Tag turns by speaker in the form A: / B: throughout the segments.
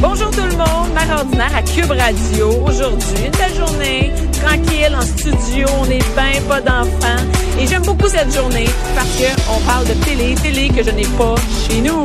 A: Bonjour tout le monde, Mère Ordinaire à Cube Radio. Aujourd'hui, une belle journée, tranquille, en studio, on est bien, pas d'enfants. Et j'aime beaucoup cette journée parce qu'on parle de télé, télé que je n'ai pas chez nous.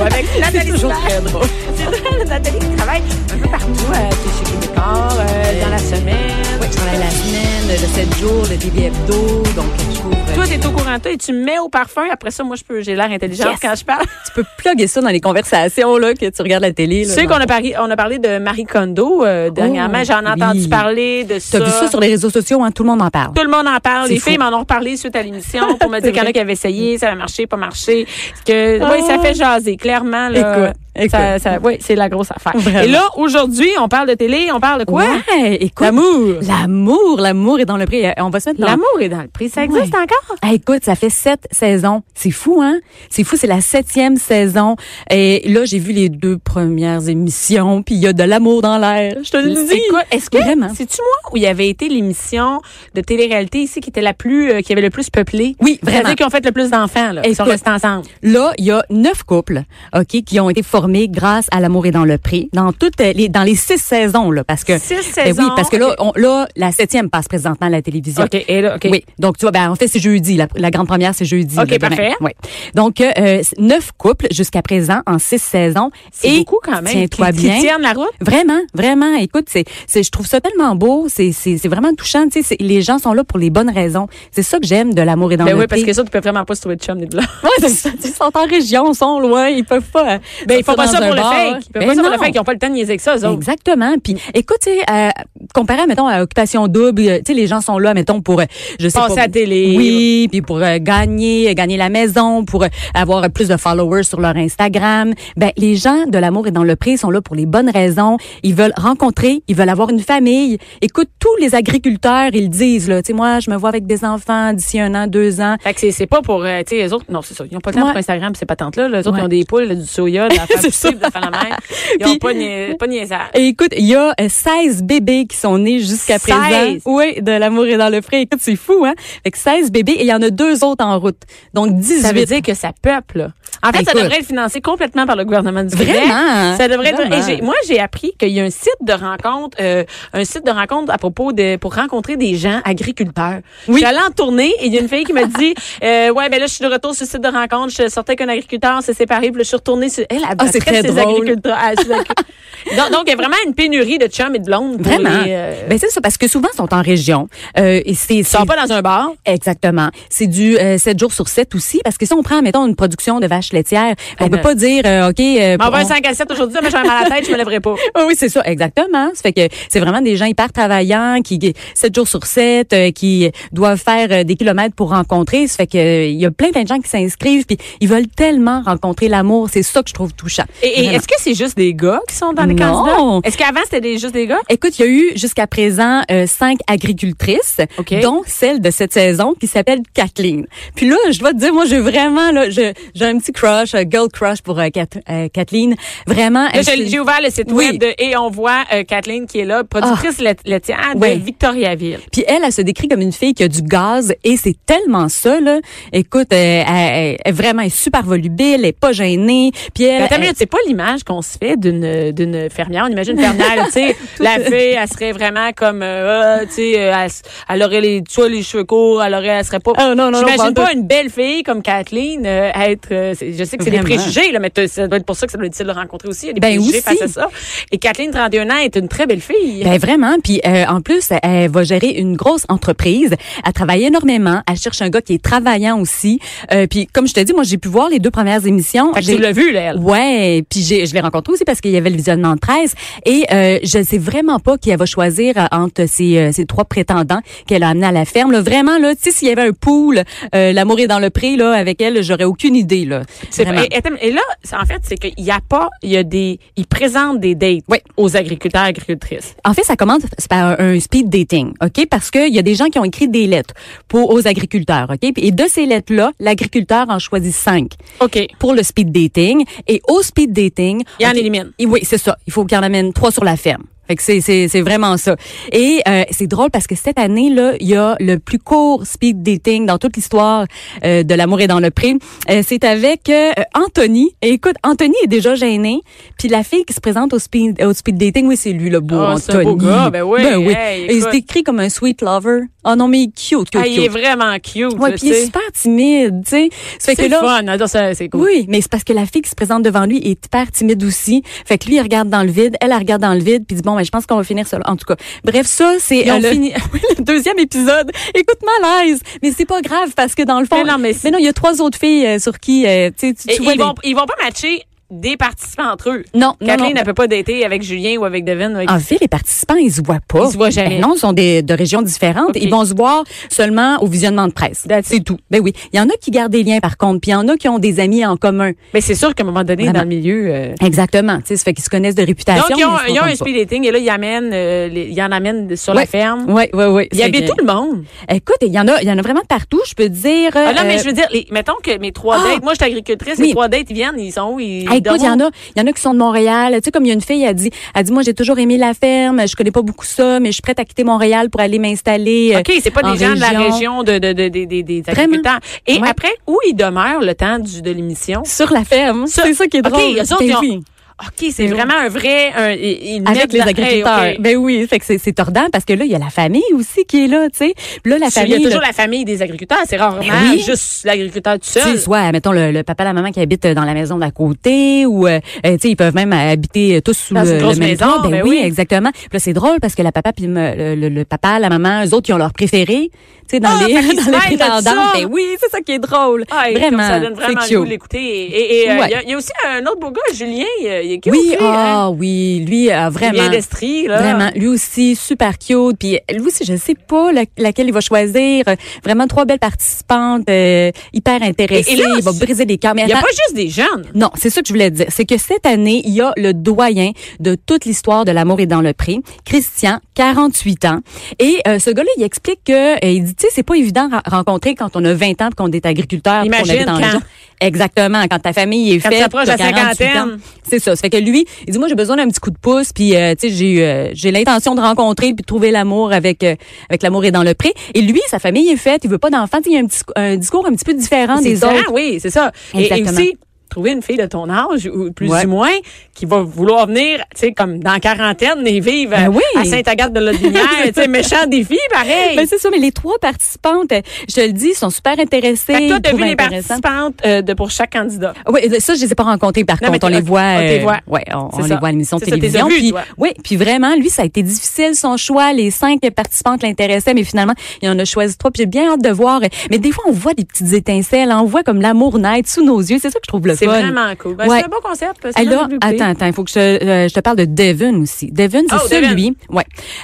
A: Avec Nathalie
B: toujours
A: Saint.
B: très drôle.
A: C'est vrai, Nathalie qui travaille un peu partout, euh, chez Québécois, euh, dans la semaine.
B: Oui, je travaille la semaine, le 7 jours, le TV Hebdo, donc je couvre.
A: Toi, t'es au courant de toi et tu me mets au parfum. Après ça, moi, je peux, j'ai l'air intelligente
B: Yes.
A: quand je parle.
B: tu peux plugger ça dans les conversations là, que tu regardes la télé.
A: Tu
B: là,
A: sais
B: dans-
A: qu'on a, pari- on a parlé de Marie Kondo euh, dernièrement. J'en ai
B: Oh, oui.
A: entendu parler de ça.
B: T'as vu ça sur les réseaux sociaux, hein, tout le monde en parle.
A: Tout le monde en parle.
B: C'est
A: Les
B: fou.
A: filles m'en ont reparlé suite à l'émission pour me dire
B: C'est
A: qu'il y en a
B: vrai.
A: qui avaient essayé, ça a marché, pas marché. Parce Que, Oui, ça fait jaser, clairement. Là,
B: Écoute, Oh. écoute.
A: Euh, Ça, ça- oui, c'est la grosse affaire.
B: Vraiment.
A: Et là, aujourd'hui, on parle de télé, on parle de quoi?
B: Ouais, écoute.
A: L'amour.
B: L'amour, l'amour est dans le prix. Euh, On va se mettre dans-
A: L'amour est dans le prix. Ça existe
B: Ouais.
A: encore?
B: Ah, écoute, ça fait sept saisons. C'est fou, hein? C'est fou, c'est la septième saison. Et là, j'ai vu les deux premières émissions, puis il y a de l'amour dans l'air. Je te le dis.
A: Écoute, est-ce que
B: Vraiment.
A: c'est-tu moi où il y avait été l'émission de télé-réalité ici qui était la plus, euh, qui avait le plus peuplée?
B: Oui, vraiment.
A: C'est-à-dire qu'ils ont fait le plus d'enfants, là. Ils sont
B: Écoute.
A: restés ensemble.
B: Là, il y a neuf couples, ok, qui ont été formés grâce à l'amour et dans le prix, dans toutes les, dans les six saisons là, parce que
A: Six
B: Ben
A: saisons.
B: oui, parce que là, on, là, la septième passe présentement à la télévision.
A: OK, et là, OK.
B: Oui, donc tu vois, ben en fait c'est jeudi, la, la grande première c'est jeudi.
A: OK,
B: là, demain.
A: parfait.
B: Oui. Donc euh, euh, neuf couples jusqu'à présent en six saisons.
A: C'est
B: Et
A: beaucoup quand même.
B: Tiens-toi
A: Qui- qui
B: bien.
A: tiennent la route.
B: Vraiment, vraiment. Écoute, c'est, c'est, je trouve ça tellement beau. C'est, c'est, c'est vraiment touchant. Tu sais, c'est- les gens sont là pour les bonnes raisons. C'est ça que j'aime de l'amour et dans
A: Ben
B: le
A: oui, parce
B: prix.
A: que ça, tu peux vraiment pas se trouver de chum ni de blonde.
B: Ouais, c'est ça. Ils sont en région, ils sont loin, ils peuvent pas.
A: Ben, ils font pas ça pour le
B: fait.
A: fake. Ils font pas ça pour le fake. Ils ont pas le temps de niaiser que ça, eux autres.
B: Exactement. Puis, écoute, tu sais, euh, comparé, mettons, à Occupation Double, euh, tu sais, les gens sont là, mettons, pour, euh, je sais
A: Passer
B: pas.
A: à la télé.
B: Oui, puis pour euh, gagner, euh, gagner la maison, pour euh, avoir euh, plus de followers sur leur Instagram. Ben, les gens de l'amour et dans le prix sont là pour les bonnes raisons. Ils veulent rencontrer, ils veulent avoir une famille. Écoute, tous les agriculteurs, ils le disent, là. Tu sais, moi, je me vois avec des enfants d'ici un an, deux ans.
A: Fait que c'est- c'est pas pour, euh, tu sais, les autres, non, c'est ça. Ils ont pas le temps
B: Ouais.
A: pour Instagram, pis ces patentes-là. Les autres,
B: Ouais.
A: ils ont des poules, du soya, de la femme
B: C'est ça.
A: de la femme mère. Ils ont
B: Puis-
A: pas, nia- pas de niaisage.
B: Et écoute, il y a euh, 16 bébés qui sont nés jusqu'à
A: 16?
B: présent. Oui, de l'amour et dans le frais. Écoute, c'est fou, hein? Fait que 16 bébés et il y en a deux autres en route. Donc 18.
A: Ça veut dire que ça peuple. En fait,
B: Ben,
A: ça
B: écoute.
A: devrait être financé complètement par le gouvernement du
B: Vraiment,
A: Québec.
B: hein?
A: Ça devrait être-
B: Vraiment.
A: et j'ai- moi, j'ai appris qu'il y a un site de rencontre, euh, un site de rencontre à propos de pour rencontrer des gens agriculteurs.
B: Oui.
A: J'allais en tournée et il y a une fille qui m'a dit, euh, ouais, ben là, je suis de retour sur le site de rencontre. Je sortais avec un agriculteur, on s'est séparés, puis là, je suis retournée sur. Elle, elle
B: Ah, c'est
A: traite
B: très
A: ses
B: drôle.
A: agriculteurs. Ah, ses agric- donc, donc, il y a vraiment une pénurie de chums et de blondes. pour
B: Vraiment.
A: les, euh,
B: Ben c'est ça parce que souvent ils sont en région euh, et c'est
A: ils sont pas dans un bar.
B: Exactement. C'est du 7 jours sur 7 aussi parce que si on prend mettons une production de vaches laitières, on peut
A: non.
B: pas dire euh, OK euh,
A: M'envoie un
B: on-
A: 5 à 7 aujourd'hui, mais j'ai un mal à la tête, je me lèverai pas.
B: Oui, Ah oui, c'est ça, exactement. Ça fait que c'est vraiment des gens hyper travaillants qui qui- sept jours sur 7 qui doivent faire euh, des kilomètres pour rencontrer. Ça fait que euh, il y a plein plein de gens qui s'inscrivent puis ils veulent tellement rencontrer l'amour, c'est ça que je trouve touchant.
A: Et, et
B: Vraiment.
A: est-ce que c'est juste des gars qui sont dans les
B: Non.
A: candidats? Est-ce qu'avant, c'était des- juste des gars?
B: Écoute, il y a eu jusqu'à présent euh, cinq agricultrices,
A: OK.
B: dont celle de cette saison qui s'appelle Kathleen. Puis là, je dois te dire, moi, j'ai vraiment là, je- j'ai un petit crush, un girl crush pour euh, Kath- euh, Kathleen. Vraiment,
A: Là,
B: elle,
A: je-
B: Ben, c'est-
A: J'ai ouvert le site
B: Oui. Ah.
A: web de Et on voit euh, Kathleen qui est là, productrice lait- laitière de
B: Ouais.
A: Victoriaville.
B: Puis elle, elle se décrit comme une fille qui a du gaz et c'est tellement ça, là. Écoute, euh, elle, elle- elle- vraiment, elle est super volubile, elle est pas gênée. Puis elle...
A: Mais attends, une
B: elle-
A: minute, c'est pas l'image qu'on se fait d'une d'une fermière. On imagine une fermière, tu sais, la fille, elle serait vraiment comme, euh, euh, tu sais, euh, elle, s- elle aurait les, tu vois, les cheveux courts, elle aurait, elle serait pas.
B: Ah, non, non, non, pas en
A: J'imagine
B: tout.
A: pas une belle fille comme Kathleen euh, être. euh, c'est- je sais que c'est des
B: Vraiment.
A: préjugés là, mais t- ça doit être pour ça que ça doit être difficile de le rencontrer aussi. Il y a des
B: Ben,
A: préjugés
B: aussi.
A: face à ça. Et Kathleen, 31 ans, est une très belle fille.
B: Ben vraiment, puis euh, en plus, elle va gérer une grosse entreprise. Elle travaille énormément. Elle cherche un gars qui est travaillant aussi. Euh, puis comme je te dis, moi j'ai pu voir les deux premières émissions.
A: fait que
B: J'ai-
A: tu l'as vu, là, elle.
B: Ouais, puis j'ai- je l'ai rencontrée aussi parce qu'il y avait le visionnement de presse et euh, je sais vraiment pas qui elle va choisir euh, entre ces, euh, ces trois prétendants qu'elle a amenés à la ferme. Là, vraiment là, tu sais s'il y avait un pool, euh, l'amour est dans le pré là avec elle, j'aurais aucune idée là.
A: C'est
B: Vraiment.
A: vrai. Et, et- et là, c'est- en fait, c'est qu'il y a pas, il y a des, ils présentent des dates
B: Oui.
A: aux agriculteurs et agricultrices.
B: En fait, ça commence par un speed dating, OK? Parce qu'il y a des gens qui ont écrit des lettres pour, aux agriculteurs, OK? Et de ces lettres-là, l'agriculteur en choisit cinq
A: OK.
B: pour le speed dating. Et au speed dating...
A: Il en
B: OK,
A: élimine.
B: et oui, c'est ça. Il faut qu'il en amène trois sur la ferme. Fait que c'est, c'est, c'est vraiment ça. Et euh, c'est drôle parce que cette année-là, il y a le plus court speed dating dans toute l'histoire euh, de L'amour est dans le pré. Euh, c'est avec euh, Anthony. Et écoute, Anthony est déjà gêné. Puis la fille qui se présente au speed, au speed dating, oui, c'est lui, le beau
A: Ah,
B: Anthony.
A: c'est un beau gars, ben oui, hey,
B: Et il
A: écoute.
B: se décrit comme un sweet lover. Oh non, mais il est cute, cute,
A: Ah, il est
B: cute.
A: vraiment cute.
B: Ouais,
A: tu
B: puis il est
A: sais.
B: super timide, tu sais. Ça fait
A: C'est
B: que là,
A: fun. Ah, ça, c'est c'est cool.
B: oui, mais c'est parce que la fille qui se présente devant lui est hyper timide aussi. Fait que lui, il regarde dans le vide, elle, elle regarde dans le vide, puis il dit bon, ben, je pense qu'on va finir ça. là. En tout cas, bref, ça c'est
A: Ils ont
B: le...
A: fini.
B: Oui, le deuxième épisode. Écoute malaise, mais c'est pas grave parce que dans le fond,
A: Mais non, mais c'est-
B: il y a trois autres filles euh, sur qui euh, tu, sais, tu,
A: Et
B: tu vois
A: ils,
B: des-
A: vont, ils vont pas matcher des participants entre eux.
B: Non, non,
A: Kathleen
B: non. Ah.
A: ne peut pas dater avec Julien ou avec Devin. ou avec-
B: En fait, les participants, ils se voient pas.
A: Ils se voient jamais.
B: Ben non, ils sont des, de régions différentes.
A: Ok.
B: Ils vont se voir seulement au visionnement de presse. C'est tout. Ben oui. Il y en a qui gardent des liens, par contre, puis il y en a qui ont des amis en commun.
A: Mais c'est sûr qu'à un moment donné,
B: Vraiment.
A: dans le milieu. euh,
B: Exactement. Tu sais, ça fait qu'ils se connaissent de réputation.
A: Donc, ils ont,
B: mais
A: ils
B: se
A: ont un
B: rencontrent pas.
A: speed dating et là, ils amènent, euh, les- ils en amènent sur la
B: Hein? Ouais.
A: ferme.
B: Oui, oui, oui.
A: Il y avait tout le monde.
B: Écoute, il y en a, il y en a vraiment partout. Je peux te dire.
A: Ah non, mais
B: euh,
A: je veux dire, les- mettons que mes trois
B: Ah!
A: dates, moi, je suis agricultrice,
B: Oui.
A: les trois dates, ils viennent, ils sont où? Ils,
B: ah, écoute, il y en a, il y en a qui sont de Montréal. Tu sais, comme il y a une fille, elle dit, elle dit, moi, j'ai toujours aimé la ferme. Je connais pas beaucoup ça, mais je suis prête à quitter Montréal pour aller m'installer. euh,
A: OK, c'est pas
B: en
A: des gens de la région de, de, de, de- de- des
B: Vraiment.
A: agriculteurs. Et
B: Ouais.
A: après, où ils demeurent le temps du, de l'émission?
B: Sur la ferme.
A: Ça-
B: C'est ça qui est
A: OK,
B: drôle.
A: eux autres,
B: Ben
A: ils ont-
B: oui. Ben
A: OK, c'est
B: Oui.
A: vraiment un vrai... Un, ils- ils mettent
B: Avec les
A: dans- hey,
B: agriculteurs.
A: OK.
B: Ben oui, fait que c'est, c'est tordant parce que là, il y a la famille aussi qui est là, tu sais. Puis là, la
A: Il y
B: famille.
A: a toujours
B: là,
A: la famille des agriculteurs. C'est rarement
B: Ben oui.
A: juste l'agriculteur tout
B: tu
A: seul.
B: sais, soit, mettons, le, le papa, la maman qui habitent dans la maison d'à côté, ou, euh, euh, tu sais, ils peuvent même habiter euh, tous sous
A: Dans une
B: euh,
A: grosse
B: le même
A: maison,
B: toit. Ben,
A: ben
B: oui,
A: oui.
B: exactement. Puis là, c'est drôle parce que la papa puis me- le, le- le papa, la maman, eux autres, ils ont leur préféré, tu sais, dans
A: Ah,
B: les,
A: fait qu'ils se
B: dans les
A: mêlent de
B: prétendantes.
A: ça.
B: Ben oui, c'est ça qui est drôle.
A: Ah, et
B: vraiment,
A: comme ça donne vraiment
B: c'est
A: le goût de
B: cute.
A: l'écouter. Et et, euh, il
B: Ouais.
A: y, a- il y a aussi un autre beau gars, Julien. euh, Il est cute
B: Oui,
A: aussi, hein.
B: ah oui, lui, ah,
A: Il vient
B: vraiment.
A: d'Estrie, là.
B: Vraiment, lui aussi, super cute. Puis euh, lui aussi, je sais pas la- laquelle il va choisir. Euh, Vraiment trois belles participantes, euh, hyper intéressées.
A: Et- et là,
B: il va
A: c'est-
B: briser des cœurs. Mais
A: Il n'y a
B: attends,
A: pas juste des jeunes.
B: Non, c'est ça que je voulais te dire. C'est que cette année, il y a le doyen de toute l'histoire de l'amour et dans le prix, Christian, 48 ans. Et euh, ce gars-là, il explique que, euh, il dit, tu sais, c'est pas évident de rencontrer quand on a 20 ans, puis qu'on est agriculteur, puis qu'on
A: Imagine
B: habite en
A: quand.
B: région. Exactement, quand ta famille est
A: Quand tu
B: faite,
A: t'approches
B: t'as
A: de la
B: 48 ans.
A: cinquantaine.
B: C'est ça. Ça fait que lui, il dit, moi, j'ai besoin d'un petit coup de pouce, puis, euh, tu sais, j'ai, euh, j'ai l'intention de rencontrer, puis de trouver l'amour avec, euh, avec l'amour et dans le prix. Et lui, sa famille est faite, il veut pas d'enfants, Tu sais, il y a un, petit, un discours un petit peu différent
A: C'est
B: des
A: différent,
B: autres.
A: oui, c'est ça. Et- Et,
B: Exactement.
A: aussi, trouver une fille de ton âge, ou plus
B: Ouais.
A: ou moins, qui va vouloir venir, tu sais, comme dans la quarantaine, et vivre
B: Ben
A: euh,
B: oui.
A: à Sainte-Agathe de la Lodinière. tu sais, méchant défi, pareil.
B: Ben, c'est ça, mais les trois participantes, euh, je te le dis, sont super intéressées.
A: Fait que toi, t'as
B: ils
A: vu
B: trouvent
A: les
B: intéressant.
A: participantes euh, de pour chaque candidat.
B: Oui, ça, je les ai pas rencontrées, par
A: Non, mais
B: contre. On
A: t'es-
B: les
A: ok,
B: voit. euh,
A: on les voit.
B: ouais, on,
A: C'est
B: on les
A: ça.
B: voit à l'émission de
A: C'est ça, t'es
B: télévision.
A: vue,
B: puis,
A: toi.
B: oui, puis vraiment, lui, ça a été difficile, son choix. Les cinq participantes l'intéressaient, mais finalement, il en a choisi trois. Puis j'ai bien hâte de voir. Mais des fois, on voit des petites étincelles. hein, on voit comme l'amour naître sous nos yeux. C'est ça que je trouve le
A: C'est
B: fun.
A: vraiment cool. Ben,
B: Ouais.
A: C'est un bon concept. parce que moi,
B: Alors,
A: j'ai oublié.
B: attends, attends, il faut que je, euh, je te parle de Devon aussi. Devon, c'est
A: Oh, Devon.
B: celui, ouais.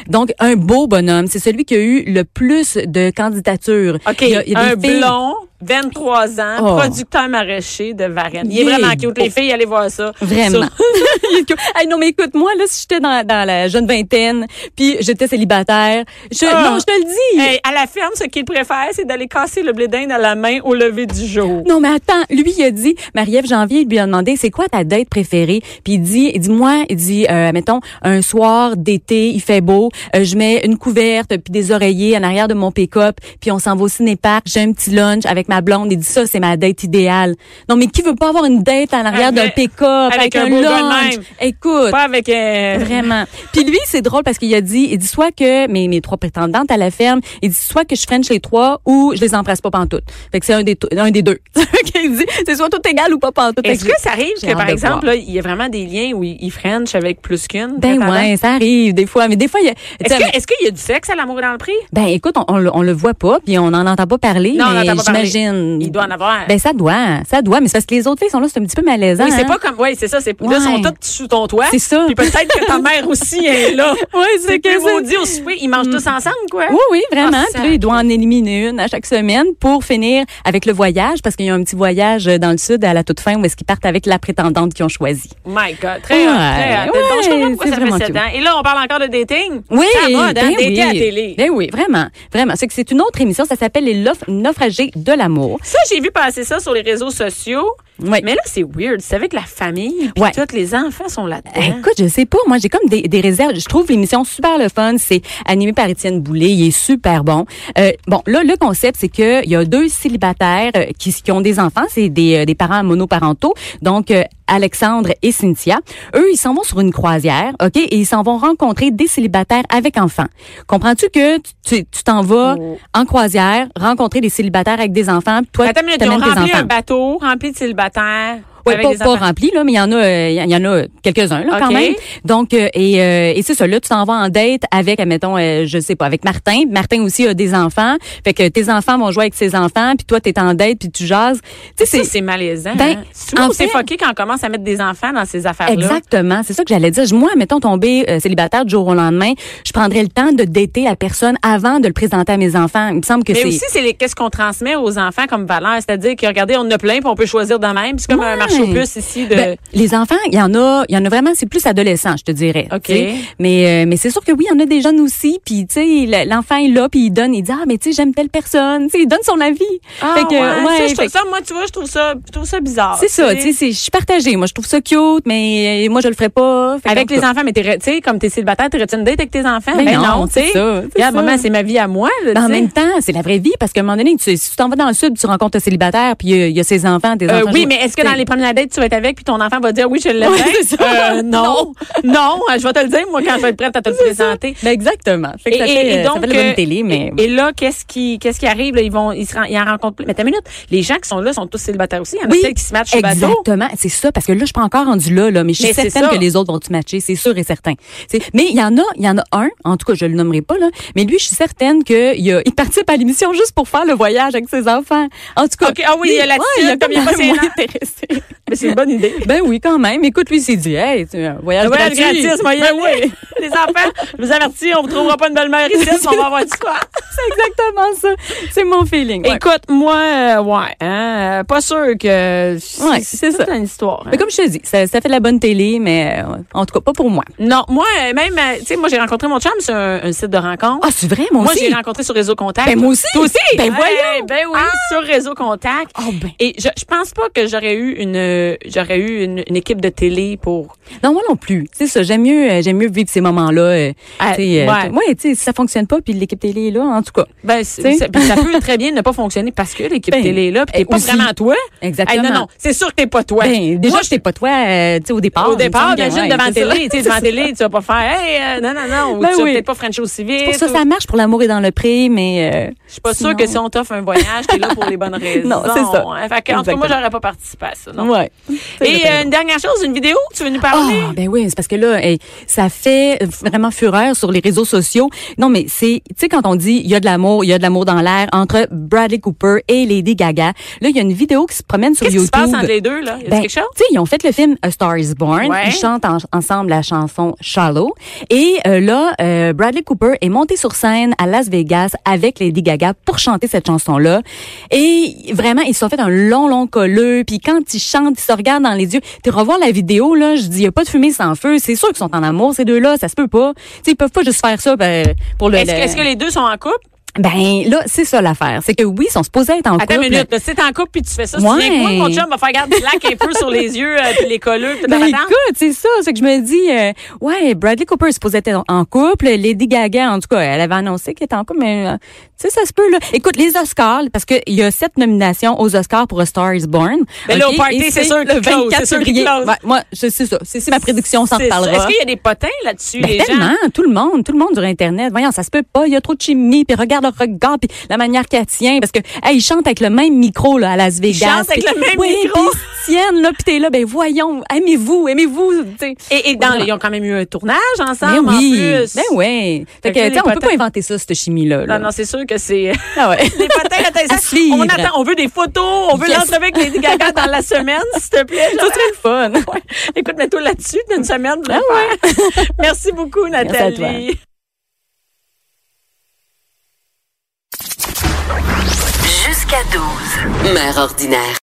B: Donc un beau bonhomme, c'est celui qui a eu le plus de candidatures.
A: OK,
B: Il y a- il y a
A: un
B: des filles-
A: blond, 23 ans,
B: Oh.
A: producteur maraîcher de Varennes. Il est
B: Yeah.
A: vraiment cute. Les filles, allez voir ça.
B: Vraiment.
A: Sur-
B: Il est cool. Hey, non, mais écoute, moi, là, si j'étais dans, dans la jeune vingtaine, puis j'étais célibataire, je,
A: Ah.
B: non, je te le dis.
A: Hey, à la ferme, ce qu'il préfère, c'est d'aller casser le blé d'Inde à la main au lever du jour.
B: Non, mais attends, lui, il a dit, Marie-Ève Janvier, il lui a demandé, c'est quoi ta date préférée? Puis il dit, il dit, moi, il dit, euh, mettons, un soir d'été, il fait beau, euh, je mets une couverte, puis des oreillers en arrière de mon pick-up, puis on s'en va au ciné-parc, j'ai un petit lunch avec ma blonde, il dit, ça, c'est ma date idéale. Non, mais qui veut pas avoir une date en arrière d'un
A: Avec-
B: pick-up,
A: Ah, avec
B: avec,
A: un
B: un,
A: beau gars de
B: lunch?
A: même.
B: Écoute.
A: Pas avec euh,
B: Vraiment. Puis lui, c'est drôle parce qu'il a dit, il dit soit que mes, mes trois prétendantes à la ferme, il dit soit que je French les trois ou je les embrasse pas pantoute. Fait que c'est un des, to- un des deux. il dit, c'est soit tout égal ou pas pantoute.
A: Est-ce que ça arrive
B: J'ai
A: que,
B: hâte
A: par
B: de
A: exemple, là,
B: voir.
A: il y a vraiment des liens où il il French avec plus qu'une?
B: Ben
A: prétendante?
B: ouais, ça arrive des fois, mais des fois, il y a,
A: hein? Est-ce
B: t'sais,
A: que- est-ce qu'il y a du sexe à l'amour dans le prix?
B: ben écoute, on, on, le- on le voit pas, puis on n'en entend pas parler,
A: Non, on
B: mais
A: n'entend pas parler.
B: j'imagine j'imagine.
A: Il doit en avoir.
B: Ben ça doit, ça doit, mais c'est parce que les autres filles sont là, c'est un petit peu malaisant.
A: oui, c'est
B: hein.
A: pas comme. Oui, c'est ça. C'est,
B: Ouais.
A: Là, sont toutes sous ton toit.
B: C'est ça.
A: Puis peut-être que ta mère aussi est là.
B: Ouais,
A: C'est
B: que ça.
A: que maudit au souper, ils mangent tous ensemble, quoi.
B: Oui, oui, vraiment.
A: Ah,
B: Puis là, il doit en éliminer une à chaque semaine pour finir avec le voyage, parce qu'il y a un petit voyage euh, dans le sud à la toute fin où est-ce qu'ils partent avec la prétendante qu'ils ont choisie.
A: My God, très hot, très hot.
B: Ouais,
A: Donc, je comprends
B: c'est
A: pourquoi ça
B: vraiment
A: fait sept
B: cute.
A: ans. Et là, on parle encore de dating.
B: Oui,
A: C'est à la mode, hein,
B: ben
A: dater
B: oui.
A: à la télé.
B: Ben oui, vraiment, vraiment. C'est que c'est une autre émission, ça s'appelle Les Lof- Naufragés de l'amour.
A: Ça, j'ai vu passer ça sur les réseaux sociaux.
B: Ouais.
A: Mais là, c'est weird. C'est avec la famille. Puis
B: Ouais.
A: tous les enfants sont là-dedans.
B: Eh, Écoute, je sais pas. Moi, j'ai comme des, des réserves. Je trouve l'émission super le fun. C'est animé par Étienne Boulay. Il est super bon. Euh, bon, là, le concept, c'est que il y a deux célibataires euh, qui, qui ont des enfants. C'est des, euh, des parents monoparentaux. Donc, euh, Alexandre et Cynthia. Eux, ils s'en vont sur une croisière, OK? Et ils s'en vont rencontrer des célibataires avec enfants. Comprends-tu que tu- tu tu t'en vas
A: Oh.
B: en croisière, rencontrer des célibataires avec des enfants, puis toi,
A: Attends, mais ils ont
B: t'amènes tes
A: rempli un
B: enfants.
A: bateau, rempli de célibataires.
B: Oui,
A: avec
B: pas,
A: des
B: pas
A: enfants.
B: rempli, là, mais il y en a, euh, il y en a quelques-uns là, quand
A: OK.
B: même. Donc, euh, et, euh, et c'est ça, là, tu t'en vas en date avec, admettons, euh, je sais pas, avec Martin. Martin aussi a des enfants. Fait que tes enfants vont jouer avec ses enfants, puis toi, t'es en date, puis tu jases. Tu
A: Ça,
B: sais, c'est...
A: c'est malaisant.
B: Ben,
A: hein. Souvent,
B: en
A: on s'est
B: fait-
A: foqué quand on commence à mettre des enfants dans ces affaires-là.
B: Exactement, c'est ça que j'allais dire. Je- Moi, mettons tomber euh, célibataire du jour au lendemain, je prendrais le temps de dater la personne avant de le présenter à mes enfants. Il me semble que
A: Mais
B: c'est
A: aussi, c'est les- qu'est-ce qu'on transmet aux enfants comme valeur. C'est-à-dire que, regardez, on en a plein, puis on peut choisir de même. C'est comme un
B: Ouais.
A: marché aux puces ici. De...
B: Ben, les enfants, il y en a, il y en a vraiment, c'est plus adolescent, je te dirais.
A: OK.
B: tu sais. Mais euh, mais c'est sûr que oui, il y en a des jeunes aussi, puis tu sais le- l'enfant est là, puis il donne, il dit ah mais tu sais j'aime telle personne, tu sais il donne son avis. Fait que, ah, ouais,
A: Ah, ça, je trouve
B: fait que
A: ça, moi, tu vois, je trouve ça, je trouve ça bizarre.
B: c'est ça, tu sais, c'est- je suis partagée. Moi, je trouve ça cute, mais euh, moi, je le ferais pas. Fait
A: Avec
B: qu'en
A: les
B: tout cas,
A: enfants, mais t'es, tu sais, comme t'es célibataire, t'aurais-tu une date avec tes enfants?
B: Ben
A: Ben
B: non,
A: non, tu
B: c'est
A: sais.
B: ça, c'est
A: Regarde,
B: ça.
A: maman, c'est ma vie à moi, là,
B: mais
A: tu
B: ben, en
A: sais.
B: même temps, c'est la vraie vie parce qu'à un moment donné, tu, si tu t'en vas dans le sud, tu rencontres un célibataire, puis euh, il y a ses enfants, des
A: Euh,
B: enfants.
A: oui,
B: je-
A: mais est-ce que
B: tu sais,
A: dans les premières dates, tu vas être avec, puis ton enfant va dire oui, je l'aime
B: Ouais,
A: bien?
B: c'est ça.
A: Euh, non. non, euh, je vais te le dire, moi, quand je vais être prête à te le présenter.
B: ben, exactement. Fait que ça
A: Et-
B: fait,
A: et- et
B: euh, ça
A: donc,
B: fait de la
A: euh,
B: bonne télé, mais
A: Et là, qu'est-ce qui, qu'est-ce qui arrive? Là, ils vont, ils, se ren- ils en rencontrent plus. Mais ta minute, les gens qui sont là sont tous célibataires aussi. Il y en a celles qui se matchent sur le bateau.
B: Exactement, c'est ça parce que là je suis pas encore rendu là là, mais je suis
A: Mais c'est
B: certaine
A: ça.
B: que les autres vont te matcher, c'est sûr et certain. C'est- Mais il y en a, il y en a un, en tout cas je le nommerai pas là, mais lui je suis certaine que il, a- il participe à l'émission juste pour faire le voyage avec ses enfants. En tout cas.
A: Ok, ah oui, il y a la
B: ouais,
A: tienne,
B: il a
A: comme
B: comme
A: il est pas
B: l'air moins
A: sénat.
B: intéressé.
A: Mais c'est une bonne idée.
B: Ben oui quand même. Écoute lui il s'est dit hey c'est un voyage,
A: Le voyage
B: gratuit.
A: gratis, moyen.
B: Ben oui.
A: les enfants, je vous avertis, on ne retrouvera pas une belle-mère ici, mais on va avoir du quoi.
B: c'est exactement ça. C'est mon feeling. ouais.
A: Écoute, moi, euh, ouais, hein, euh, pas sûr que.
B: Ouais, c'est
A: toute
B: ça.
A: une histoire. hein.
B: Mais comme je te dis, ça, ça fait de la bonne télé, mais euh, en tout cas pas pour moi.
A: Non, moi, euh, même, euh, tu sais, moi, j'ai rencontré mon chum sur un, un site de rencontre.
B: Ah c'est vrai moi,
A: moi,
B: aussi.
A: j'ai rencontré sur Réseau Contact.
B: Ben, moi aussi.
A: Toi aussi. Ah,
B: Ben, voyons.
A: Eh, ben oui, sur Réseau Contact.
B: Oh, ben.
A: Et je, je pense pas que j'aurais eu une euh, j'aurais eu une, une équipe de télé pour.
B: Non, moi non plus. C'est ça, j'aime mieux, euh, j'aime mieux vivre ces moments-là. Euh,
A: Ah,
B: tu sais, euh,
A: ouais.
B: t- ouais, tu sais, si ça fonctionne pas, puis l'équipe télé est là, en tout cas.
A: Ben,
B: Tu
A: c'est-
B: sais.
A: ça, puis ça peut très bien ne pas fonctionner parce que l'équipe
B: Ben,
A: télé est là, puis t'es
B: eh,
A: pas
B: aussi.
A: vraiment toi.
B: Exactement.
A: Eh, non, non, c'est sûr que t'es pas toi.
B: Ben, déjà,
A: Moi,
B: je t'ai pas toi, euh, tu sais, au départ.
A: Au départ,
B: il me semble,
A: imagine
B: ouais,
A: devant
B: c'est
A: télé,
B: ça.
A: tu sais, devant télé, tu vas pas faire, hey, euh, non, non, non, ou
B: Ben
A: tu vas
B: oui.
A: peut-être pas French au civil.
B: Pour ça,
A: ou-
B: ça marche pour l'amour et dans le prix, mais euh,
A: Je suis pas sûre que si on t'offre un voyage, t'es là pour les bonnes raisons.
B: Non, c'est ça.
A: hein. Fait que, en tout cas, moi,
B: Exactement.
A: j'aurais pas participé à ça, non?
B: ouais.
A: Et euh, une dernière chose, une vidéo, tu veux nous parler?
B: Ah, ben oui, c'est parce que là, hey, ça fait vraiment fureur sur les réseaux sociaux. Non, mais c'est, tu sais, quand on dit il y a de l'amour, il y a de l'amour dans l'air entre Bradley Cooper et Lady Gaga, là, il y a une vidéo qui se promène sur
A: Qu'est-ce qui se
B: YouTube.
A: passe entre les deux, là? Y a
B: Ben,
A: quelque chose?
B: tu sais, ils ont fait le film A Star Is Born.
A: Ouais.
B: Ils chantent en- ensemble la chanson Shallow. Et euh, là, euh, Bradley Cooper est monté sur scène à Las Vegas avec Lady Gaga pour chanter cette chanson-là. Et vraiment, ils se sont fait un long, long colleux. Puis quand ils chantent, ils se regardent dans les yeux. Tu revoir la vidéo, là, je dis, il a pas de fumée sans feu. C'est sûr qu'ils sont en amour, ces deux-là. Ça se peut pas. Tu sais, ils peuvent pas juste faire ça ben, pour le...
A: Est-ce que,
B: le-
A: est-ce que les deux sont en couple?
B: Ben là, c'est ça l'affaire. C'est que oui, ils sont supposés être en
A: Attends une
B: couple.
A: minute, là, si t'es en couple puis tu fais ça,
B: Ouais.
A: tu viens que moi, mon chum va faire garder lac un peu sur les yeux, euh, puis les colleux, puis tout
B: Ben
A: le temps.
B: écoute, c'est ça, c'est que je me dis, euh, ouais, Bradley Cooper est supposé être en couple, Lady Gaga, en tout cas, elle avait annoncé qu'elle était en couple, mais euh, tu sais, ça se peut là. Écoute, les Oscars, parce qu'il y a sept nominations aux Oscars pour A Star Is Born.
A: Ben là,
B: OK?
A: au party,
B: Et
A: c'est sûr
B: le
A: qu'il close,
B: 24
A: c'est sûr qu'il
B: février.
A: close.
B: Ouais, moi, je- c'est ça, c'est c'est ma prédiction, on s'en
A: C'est ça.
B: reparlera.
A: Est-ce qu'il y a des potins là-dessus,
B: Ben
A: les gens?
B: tellement, tout le monde, tout le monde sur Internet. Voyons, ça se peut pas, il y a trop de chimie, puis regarde regarde le regard, puis la manière qu'elle tient, parce que hey, ils chantent avec le même micro là à Las Vegas.
A: chantent avec
B: puis-
A: le même
B: oui,
A: micro.
B: puis ils se tiennent là, puis t'es là, ben voyons, aimez-vous, aimez-vous. tu sais.
A: Et, et dans, ils ont quand même eu un tournage
B: Ben
A: ensemble
B: oui,
A: en plus.
B: ben ouais.
A: Fait que
B: Fait que, tu sais,
A: les
B: on peut
A: potins-
B: pas inventer ça, cette chimie-là. là.
A: Non, non, c'est sûr que c'est. euh,
B: Ah ouais.
A: Les potins attends, ça,
B: À suivre.
A: On attend, on veut des photos, on veut
B: Yes.
A: l'entrevue avec Lady Gaga dans la semaine, s'il te plaît.
B: Ça serait le fun.
A: Ouais. Écoute, mets-toi là-dessus d'une semaine. pour le faire. Ah Merci beaucoup,
B: à toi.
A: Nathalie.
C: Jusqu'à 12. Mère ordinaire.